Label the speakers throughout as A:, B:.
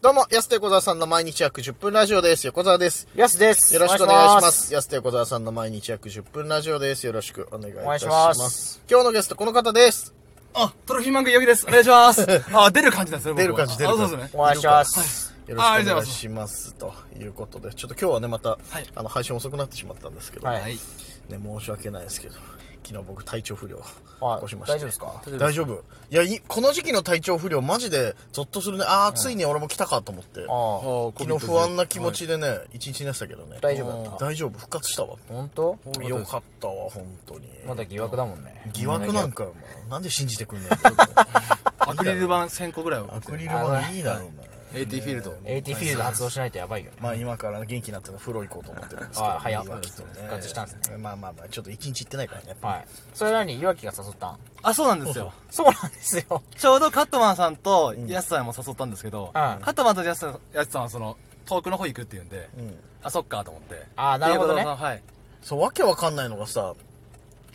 A: どうも、安手小沢さんの毎日約10分ラジオです。横澤です。
B: やすです。
A: よろしくお願いしま
B: お
A: す。安手小沢さんの毎日約10分ラジオです。よろしくお願いいたし
B: お願
A: ま。
B: いします
A: 今日のゲスト、この方です。
C: あ、トロフィーマンクヨギです。お願いします。あ、出る感じなんですね。僕は
A: 出る感じ出る
C: あ
A: 感じ
C: そ うですね。
B: 願いします。
A: よろしくお
C: ああ
A: 願い
C: りがとうございます
A: します。ということで、ちょっと今日はね、また、
C: はい
A: あの、配信遅くなってしまったんですけど、
B: はい
C: はい。
A: ね、申し訳ないですけど、昨日僕体調不良
B: はい
A: 起こしました。
B: 大丈夫ですか
A: 大丈夫。いやい、この時期の体調不良、マジでゾッとするね。ああ、ついに俺も来たかと思って。
B: ああ、
C: あ
A: 昨日不安な気持。ちでね、一日寝てたけどね。
B: 大丈夫だった
A: 大丈夫、復活したわ。
B: 本当
A: よかったわ、本当に。
B: まだ疑惑だもんね。
A: 疑惑なんか、まあなんで信じてくんねん だよ。
C: アクリル板1000個ぐらいは
A: ア。クリル板いいだろうな。
C: AT フィールド。
B: AT フィールド発動しないとやばいよね。
A: まあ今から元気になったら風呂行こうと思ってるんですけど。
B: あ早っ
A: いいわきと
B: 復活したんです
A: まあまあまあ、ちょっと一日行ってないからね。
B: はい。それなのに、岩木が誘ったん
C: あ、そうなんですよ。
B: そうなんですよ。
C: ちょうどカットマンさんとヤスさんも誘ったんですけど、カットマンとヤスさんヤスさんはその、遠くの方行くって言うんで、
A: うん。
C: あ、そっかと思って。
B: あーなるほどね
C: っていうことではい。
A: そう、わけわかんないのがさ、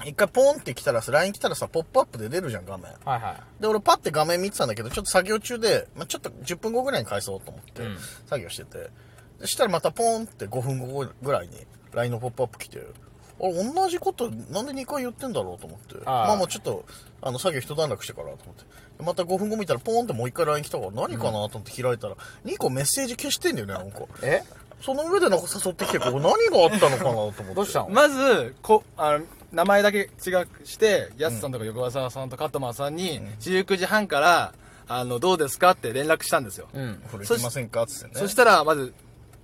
A: 一回ポンって来たらさ、LINE 来たらさ、ポップアップで出るじゃん、画面。
B: はいは
A: で、俺パッて画面見てたんだけど、ちょっと作業中で、まあ、ちょっと10分後ぐらいに返そうと思って
B: うん、
A: 作業してて、そしたらまたポーンって5分後ぐらいに LINE のポップアップ来て、あれ、同じことなんで2回言ってんだろうと思って、
B: ああ
A: まあもうちょっと、あの、作業一段落してからと思って、でまた5分後見たらポーンってもう一回 LINE 来たから何かなと思って開いたら、2個メッセージ消してんだよね、なんか。
B: い。え
A: その上でなんか誘ってきて、これ何があったのかなと思って。
B: どうしたの
C: まず、こ、あの、名前だけ違くして、ヤスさんとか横澤さんとカットマンさんに、19時半から、あの、どうですかって連絡したんですよ。
B: うん。
A: これ行きませんかっつってね。
C: そしたら、まず、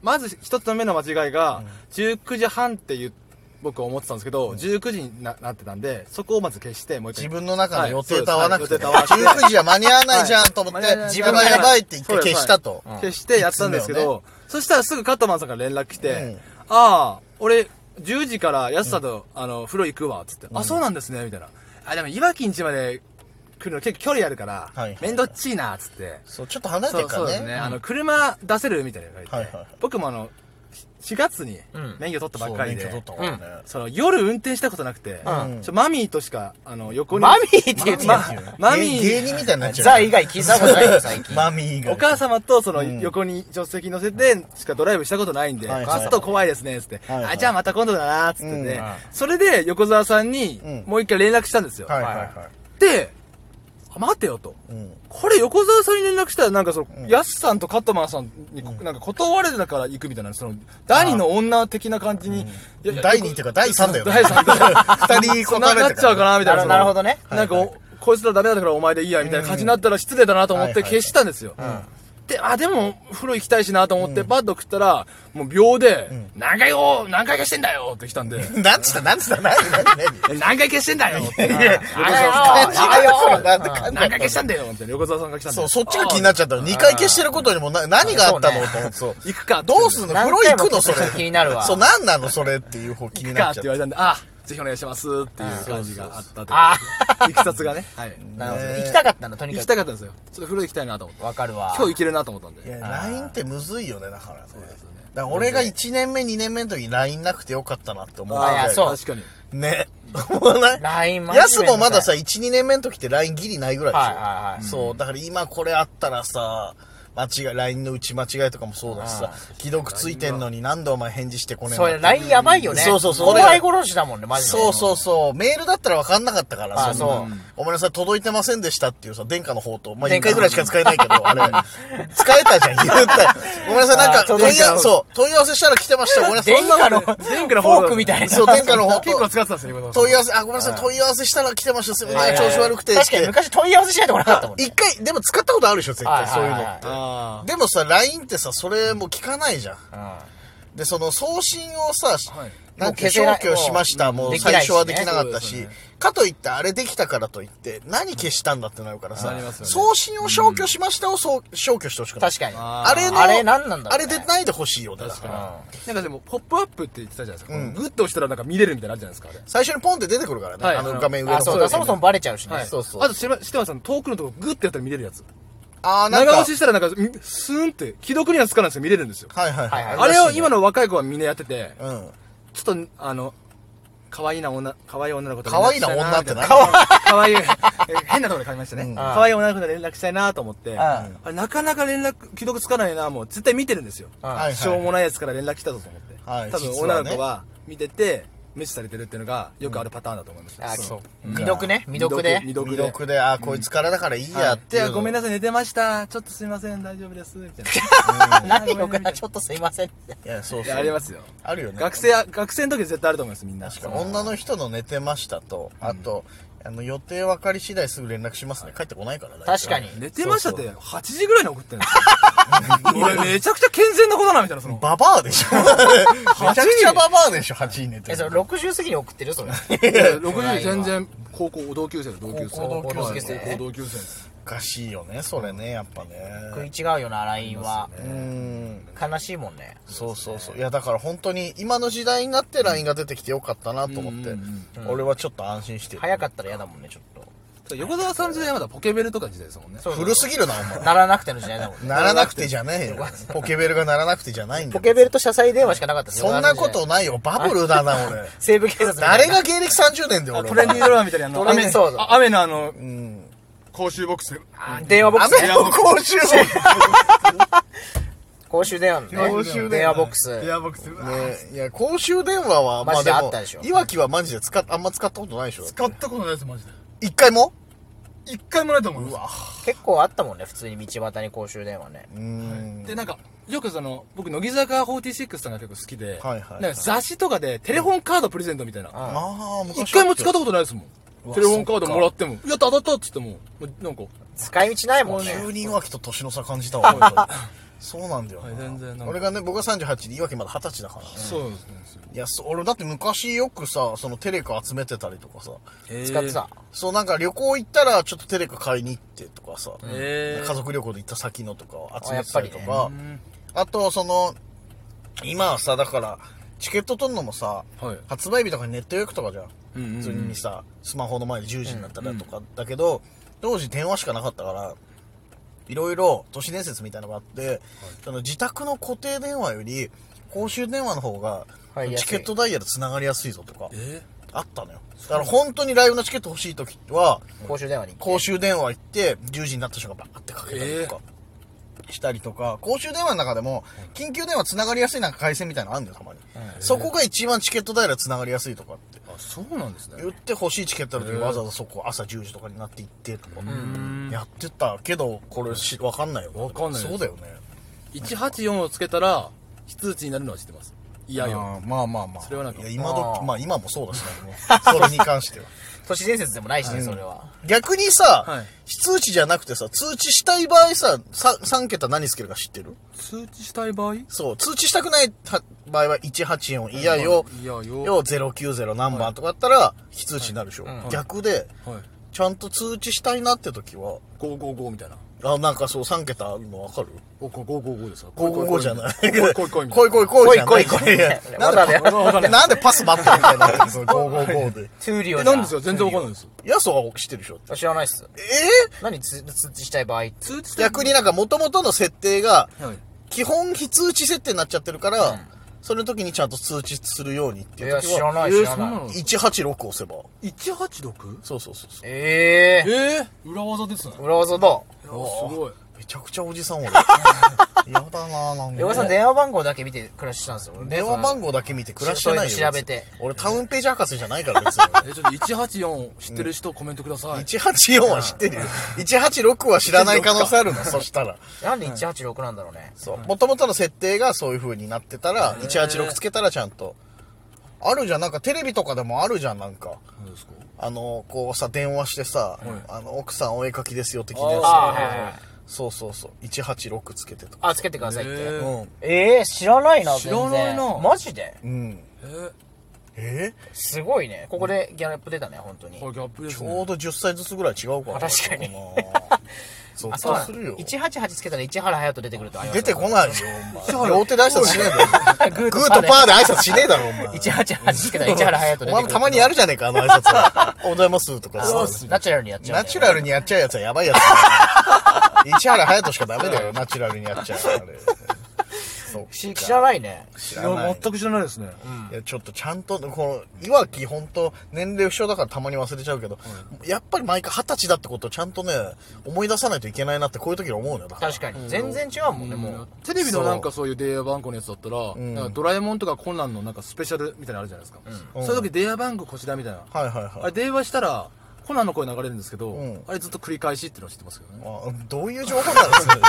C: まず一つ目の間違いが、19時半っていう、僕は思ってたんですけど、19時にななってたんで、そこをまず消して、もう一回。
A: 自分の中の予
C: は
A: 定
C: い
A: と合わなくて、
C: そうですはい予定と合わなくて
A: 19時は間に合わないじゃんと思って、
C: はい
A: 自分がやばいって一回消したと。
C: うん消してやったんですけど、そしたらすぐカットマンさんから連絡来て、
A: うん
C: ああ、俺、10時から安さと、あの、風呂行くわ、つって、あ、そうなんですね、みたいな。あ、でも、いわきんちまで来るの結構距離あるから、
A: はいはい
C: めんどっちいな、つって。
A: そう、ちょっと離れて
C: そ
A: る
C: う
A: か
C: そうで
A: ら
C: すね、
A: ね。
C: あの車出せるみたいなのがいて、
A: はいはいはい
C: 僕もあの4月に
B: うん
C: 免許取ったばっかりで、
A: そう免許取ったからね。
C: その夜運転したことなくて、
B: うん
C: ちょマミーとしかあの横に
B: マミーって言って
C: ま
B: た
C: マ
A: 芸
C: ミ
A: 芸
C: ー
A: 人みたいになっちゃう。
B: ザ以外聞いたことないよ、最近。
A: マミー以外。
C: お母様とその
A: うん
C: 横に助手席乗せてしかドライブしたことないんで、
A: はいはい
C: あちょっと怖いですねっつって、
A: はいはい
C: あじゃあまた今度だなっつってね、
A: うん
C: それで横澤さんに
A: うん
C: もう一回連絡したんですよ、
A: はいはいは
C: であ待てよと、
A: い。うん。
C: これ横澤さんに連絡したらなんかその、
A: ん
C: ヤスさんとカットマンさんにこ、なんか断られたから行くみたいな、その、第二の女的な感じに、いやいや
A: 第2っていうか第3だよね。
C: 第三
A: 二人
C: そ
A: こ
C: んな
A: た
C: になっ
A: れ
C: ちゃうかなみたい
B: な
C: な。
B: る
C: その
B: なるほどね。
C: なんかお、こいつらダメだからお前でいいや、みたいな感じになったら失礼だなと思っ
A: はい
C: て
A: はい
C: 消したんですよ。で、あ、でも、風呂行きたいしなと思って、バッと食ったら、もう秒で、何回を、何回消してんだよって来たんで、
A: なんつったなんつった何何何
C: え何回消してんだよって。
A: いや
B: あれよあれよ
A: それなんで感じ
C: 何回消したんだよみたいな横澤さんが来たんで。
A: そう、そっちが気になっちゃったの。2回消してることにもな何があったの
B: そうね
A: と思って。そう。
C: 行くかって
A: ど
C: 言うん
A: う
C: です
A: んの風
B: 何
A: 呂
B: 回
A: 行
B: も
A: くのそ
B: 消す
A: れ。
B: 気になるわ
A: そう、なんなのそれっていう方気に
C: か
A: な
C: っ
A: ってちゃ
C: 言わ
A: っ
C: れたんで、あ、ぜひお願いしますっていう感じがあったと。
B: あ
C: いきさつ がね。はい。
B: なるほど。
A: ね
B: 行きたかったの、とに
C: 行
B: か
C: きた
B: く。
C: かったんですよ。ちょっと風呂行きたいなと思って。
B: わかるわ。
C: 今日行けるなと思ったん
A: た。い
C: で。
A: や、LINE ってむずいよね、だからね。だから俺が1年目、2年目の時に LINE なくてよかったなって思う
B: あ
A: ぐ
B: い
A: ら
B: や
A: い。
B: そう
C: 確かに。
A: ね。 思わない
B: LINE マジで
A: やすもまださ、1、2年目の時って LINE ギリないぐらいでしょ。
B: はいはいはい
A: そう、だから今これあったらさ、間違い、LINE の打ち間違いとかもそうだしさ、既読ついてんのになんでお前返事してこねえんだ
B: それ、LINE やばいよね。
A: そうそうそう。
B: 後輩殺しだもんね、マジで。
A: そうそうそう。メールだったら分かんなかったから、
B: あ
A: んな
B: そう
A: ごめんなさい、届いてませんでしたっていうさ、殿下の方と。まあ、
B: 殿
A: 一
B: 下
A: 回
B: の
A: ぐらいしか使えないけ ど、あれ。使えたじゃん、言ったごめんなさい、なん
B: あ
A: か、
B: 届
A: 問
B: い
A: い
B: た
A: 合わせ、そう、問い合わせしたら来てました。ごめんなさい、
B: 殿下の、
A: そんな
B: フ
C: 前
B: ォ
C: 回の方が
B: ークみたいな。
A: そう、殿下の方と。
C: 結構使ってたんですよ、横澤さん
A: 問い合わせ、あ、ごめんなさい、問い合わせしたら来てました。すみません、
B: はいは
A: 調
B: い
A: 子悪くて。
B: 確かに
A: つって
B: 昔問い合わせしないとこなかったもんね。
A: 一回、でも使ったことあるでしょ、絶対、そういうの
B: は
A: っ
B: い
A: て。
C: あ
A: でもさ、LINE ってさ、それもう聞かないじゃん。で、その送信をさ、
C: はい
A: なんか
B: もう消せない
A: 消去しました、
B: もう
A: もう
B: できないしね
A: 最初はできなかった
C: そう
A: し
C: ですね、
A: かといってあれできたからといって、何消したんだってなるからさ
C: なりま、すよね
A: 送信を消去しましたをそう消去してほしくない。
B: 確かに。
C: あー
A: あれの、
B: あれ何なんだろうね
A: あれ出ないでほしいよね、だ
C: 確
A: か
C: かに
A: ら。
C: なんかでも、ポップアップって言ってたじゃないですか。
A: うん
C: グッと押したらなんか見れるみたいなのあるじゃないですか、あれ。
A: 最初にポンって出てくるからね、
C: はい
A: あの画面上の
B: あ、
A: 方
B: そう
A: に
B: だ、そもそもバレちゃうし
C: は
B: ね
C: い。。
A: そうそう
C: あと、してま、してまさん、遠くのとこグッてやったら見れるやつ。
A: あー、なん
C: 長
A: か
C: 押、ししたらなんか、みスーンって、既読にはつかないんですよ、見れるんですよ。
A: はいはい
B: はいはい
C: あれを今
A: の、
C: の若い子はみんなやってて、
A: うん。
C: ちょっと、あの、可愛いな女、可愛い女の子と
A: 可愛いな女って何
C: なかわいい、え変なところで買いました
A: う
C: ね。
A: ん
C: 可愛い女の子と連絡したいなと思って、
B: ん
C: あれなかなか連絡、既読つかないな、もう絶対見てるんですよ。
A: はい
C: しょうもないやつから連絡来たぞと思って。
A: はい
C: 多分
A: 実はね
C: 女の子は見てて、無視されてるっていうのがよくあるパターンだと思います。
B: あ
C: そう
A: うん
B: 未読ね未読で
C: 未
A: 未
C: 読で。
A: 読で、あー、こいつからだからいいや
C: は
A: っ
C: い
A: て
C: で
A: いう
C: は
A: の。
C: ごめん
A: な
C: なさい、寝てました。ちょっとすいません、大丈夫です。みたいな。
B: 何よかちょっとすいません
A: い。いや、そう
C: い
A: そ
C: や
A: う。
C: ありますよ。
A: あるよね。
C: 学生は、学生の時絶対あると思います、みんな。
A: 確かに女の人の寝てましたと、あと、あの、予定分かり次第すぐ連絡しますね。帰ってこないから
B: 確かに。
C: 寝てましたって、8時ぐらいに送 ってるんですよ。俺めちゃくちゃ健全なことな、みたいな、その。
A: ババアでしょめちゃくちゃババアでしょ ?8 位寝て
B: え
A: る
B: それ60過ぎに送って るそれ
C: 60全然、高校同級生だ、同級生。
B: 高校同級生
C: 高校同級生。
A: おかしいよね、それね、やっぱ
B: 食い
A: ね。
B: 違うよな LINE は
A: うん。
B: 悲しいもんね
A: そうそうそう。いや、だから本当に今の時代になって LINE が出てきてよかったなと思って、
C: うん
A: 俺はちょっと安心してる。
B: 早かったら嫌だもんねちょっ
C: 横澤さんの時代はまだポケベルとか時代ですもんね。
B: と
A: 古すぎるな、お前
B: そう。ならなくての時代だもんね
A: ならなくてじゃねえよ。ポケベルがならなくてじゃないんだ
B: ポ
A: よ。
B: ケベルと車載電話しかなかったですよ
A: そんなことないよ。バブルだ な、俺。
B: 西部警察みたいな
A: 誰が芸歴30年で俺。
C: トレンディードラマみたいな、あ
B: ト
C: の、
B: レンディ
C: 雨、
B: そうそう
C: あ雨のあの
A: う、ん。
C: 公衆ボックス。
B: 電話ボックス
A: 雨の公衆
B: 公衆電話のね
A: 公衆電話
B: 電話ボックス
C: エアボックス。
A: ねいや、公衆電話は、
B: マジで
A: ま
B: あったでしょ
A: いわきはマジで使っ、あんま使ったことないでしょ
C: 使ったことないです、マジで。
A: 一回も
C: 一回もないと思います。
B: 結構あったもんね普通に道端に公衆電話ね
A: うーん。
C: でなんかよくその僕乃木坂46さんが結構好きで、
A: はいはい
C: なんか雑誌とかでテレフォンカードプレゼントみたいな
B: あ
A: ああ、昔
C: 一回も使っ
A: っ
C: たことないですもんテレフォンカードもらってもやった当たったっつってももうなんか、
B: 使い道ないもんね
A: 急にいわきと年の差感じたわ。そうなんだよな。
C: はい全然なんか
A: 俺がね、僕が38でいわきまだ20歳だから。
C: そうなんですよ
A: いや、そ俺だって昔よくさ、そのテレカ集めてたりとかさ。
B: 使ってた
A: そうなんか旅行行ったらちょっとテレカ買いに行ってとかさ、
C: へー
A: 家族旅行で行った先のとかを集めてたりと
B: あ
A: か、あとその今はさだからチケット取るのもさ、
C: はい
A: 発売日とかネット予約とかじゃん,、
C: うんうんうん
A: 普通にさスマホの前で10時になったらとか、だけど当時電話しかなかったからいろいろ都市伝説みたいなのがあって、その自宅の固定電話より公衆電話の方が
B: はい安い
A: チケットダイヤル繋がりやすいぞとか
C: え
A: あったのよだから本当にライブのチケット欲しい時は
B: 公衆電話に行っ
A: 公衆電話行って10時になった瞬間バーってかけたりとかしたりとか、公衆電話の中でも緊急電話つながりやすいなんか回線みたいなのあるんだよたまに、そこが一番チケット代がつながりやすいとかって
C: あそうなんですね
A: 言って欲しいチケットの時
C: へえ
A: わざわざそこ朝10時とかになって行ってとかやってたけどこれし分かんないよ
C: わかんないです
A: そうだよね
C: 184をつけたら非通知になるのは知ってますいやよ
A: あーまあまあまあ
C: それはなんか
A: いや今ど
B: あー
A: まあ今もそうだし ねそれに関しては
B: て都市伝説でもないしねそれは
A: 逆にさ、
C: はい
A: 非通知じゃなくてさ通知したい場合ささ3桁何つけるか知ってる
C: 通知したい場合
A: そう、通知したくないた場合は184、いやよ、
C: いやよ
A: よ090何番とかだったら、非通知になるでしょ。逆で、
C: はい
A: ちゃんと通知したいなって時は、
C: 555みたいな
A: あ、なんかそう3桁あるのわかる
C: おこ555ですか
A: 555じゃない。
C: こいこい
A: こいこいこいじゃない。
B: こいこいこい
A: やや
B: わかんない
A: なんでパ、なんでパス待ってるみたいになってるん ですよ、555で。
B: トゥーリオじゃ
C: なんですよ全然わかんないです
A: やそは知ってるでしょって。
B: 知らないっす
A: え
B: 何つ通知したい場合
C: 通知し
A: ー
C: たい
A: 逆になんか元々の設定が、
C: はい
A: 基本非通知設定になっちゃってるから、その時にちゃんと通知するようにって
B: い
A: いう
B: や
A: 時
B: 知
A: は
B: ら、ない
C: えー
B: 知ら
C: そんな
B: ない
C: の
A: 186押せば。
C: 186?
A: そうそうそうそう。
B: ええ
C: ええ裏技ですね
B: ー、裏技だ
C: すごい
A: めちゃくちゃおじさん 俺。やだなぁ、なん
B: 横澤さん電話番号だけ見て暮らしてたんですよ俺ね
A: 電話番号だけ見て暮らしてないよ。
B: 調べて
A: 俺タウンページ博士じゃないから別に。
C: えちょっと184知ってる人コメントください、
A: 184は知って るよ。186は知らない可能性あるな、そしたら。
B: なんで186なんだろうね
A: そう。元々の設定がそういう風になってたら、186つけたらちゃんと。あるじゃん、なんかテレビとかでもあるじゃん、なんか。
C: 何ですか
A: あの、こうさ、電話してさ、あの、奥さんお絵描きですよ的なやつ
C: あ
B: あ
C: ー
B: あはいはい
A: そうそうそう。186つけてとか。
B: あつけてくださいって
C: えー
A: うん。
B: ええー、知らないな全然
C: 知らないな
B: マジで
A: うん。
C: えー、
A: えー
B: すごいねここでギャラップ出たね本当に
C: これギャップで
A: ち
C: す
A: ょう
C: ね
A: ど10歳ずつぐらい違うから。
B: 確かに
A: な。ゾッ
B: あそ
A: と
B: うな
A: す
B: の
A: るよ。
B: 188つけたら市原隼人出てくると
A: 出てこ
B: い
A: ないよ、 お前。両手で挨拶しねえだろ。
B: グー
A: グ
B: と
A: ー
B: パー
A: と
B: で
A: パーで挨拶しねえだろ、お前。
B: 188つけたら市原隼人
A: お
B: 出
A: 前
B: てく
A: も
B: る
A: たまにやるじゃねえか、あの挨拶は。おはようございますとかさ。
B: ナチュラルにやっちゃう
A: ナ
B: んだよね
A: チュラルにやっちゃうやつは やばいやつだよ。市原隼人しかダメだよ、ナチュラルにやっちゃう。あれそう
B: し知らないね。
A: 知らない
C: や全く知らないですね。
A: いやちょっとちゃんとこのいわき本当年齢不詳だからたまに忘れちゃうけど、やっぱり毎回二十歳だってことをちゃんとね思い出さないといけないなってこういう時に思うのよだから
B: 確かに。全然違うもんね、もう。
C: テレビのなんかそういうデイヤーバンコのやつだったら、なんかドラえもんとかコナンのなんかスペシャルみたいなのあるじゃないですか。そういう時デイヤーバンコこちらみたいな。
A: はいはいはい
C: あれ電話したら、コナンの声流れるんですけど、
A: ん
C: あれずっと繰り返しってのは知ってますけどね。
A: まあ、どういう情報なんですかね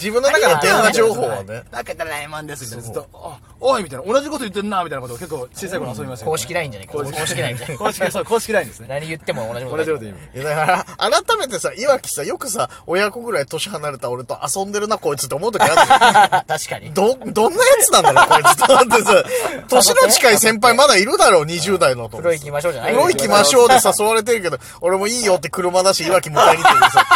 A: 自分の中の電話情報はね
C: なんかドラえもんですみたいな。ずっと、あ、おいみたいな、同じこと言ってんなみたいなことを結構小さい頃遊びましたけどね
B: 公式ラインじゃないか。公式ラインじゃない
C: 公式、そう、公式ラインです ね。
B: 何言っても同じこと
C: 同
B: だ
C: じ
B: よ。
C: こと言う。
A: いやだから改めてさいわきさよくさ親子ぐらい年離れた俺と遊んでるなこいつって思う時あ
B: 確か
A: る
B: に。
A: どどんなやつなんだろうこいつと思ってさ年の近い先輩まだいるだろう20代のと
B: プロ行きましょうじゃない
A: 風呂行きましょうで誘われてるけど、俺もいいよって車だし、いわき迎えに行ってるさ、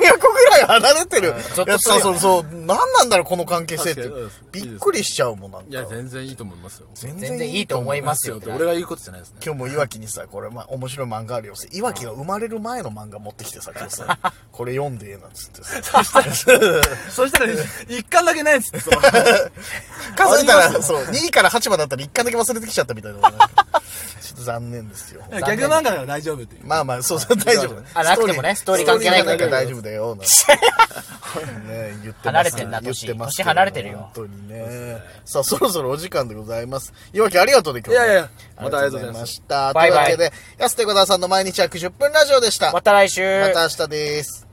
A: 親子ぐらい離れてる
B: ゾッ
A: や
B: と
A: つ
B: す
A: さ、
B: るよ
A: そうそう、何なんだろう、この関係性って
C: 確かに。
A: びっくりしちゃうもん、なん
C: いや、
A: か。
C: 全然いいと思いますよ。
A: 全
B: 全然いいと思いますよって。
C: 俺が言うことじゃないですね。
A: 今日もいわきにさ、これ、まあ、面白い漫画あるよ。いわきが生まれる前の漫画持ってきてさ、今日 さ、これ読んでえなんつってさ。
C: そしたら、一巻だけないっつって その。
A: 数えたら、そう、2位から8までだったら1巻だけ忘れてきちゃったみたいなことになる。ちょっと残念ですよ。
C: ギャグ漫画だから大丈夫っていう。
A: まあまあ、そうそう、大丈夫。
B: あなくてもねストーリー関係ないか
A: ス
B: ら
A: トーリー大丈夫だよ、なんてね言ってます
B: 離れてんな年
A: 言ってますけど
B: 年離れてるよ
A: 本当にね。さあ、そろそろお時間でございます。いわきありがとうね、今日ね。
C: いやいやまたありがとうございます
A: した。と
B: バ
A: い
B: イ
A: うわ
B: バイ
A: けで、安手小沢さんの毎日約10分ラジオでした。
B: また来週。
A: また明日です。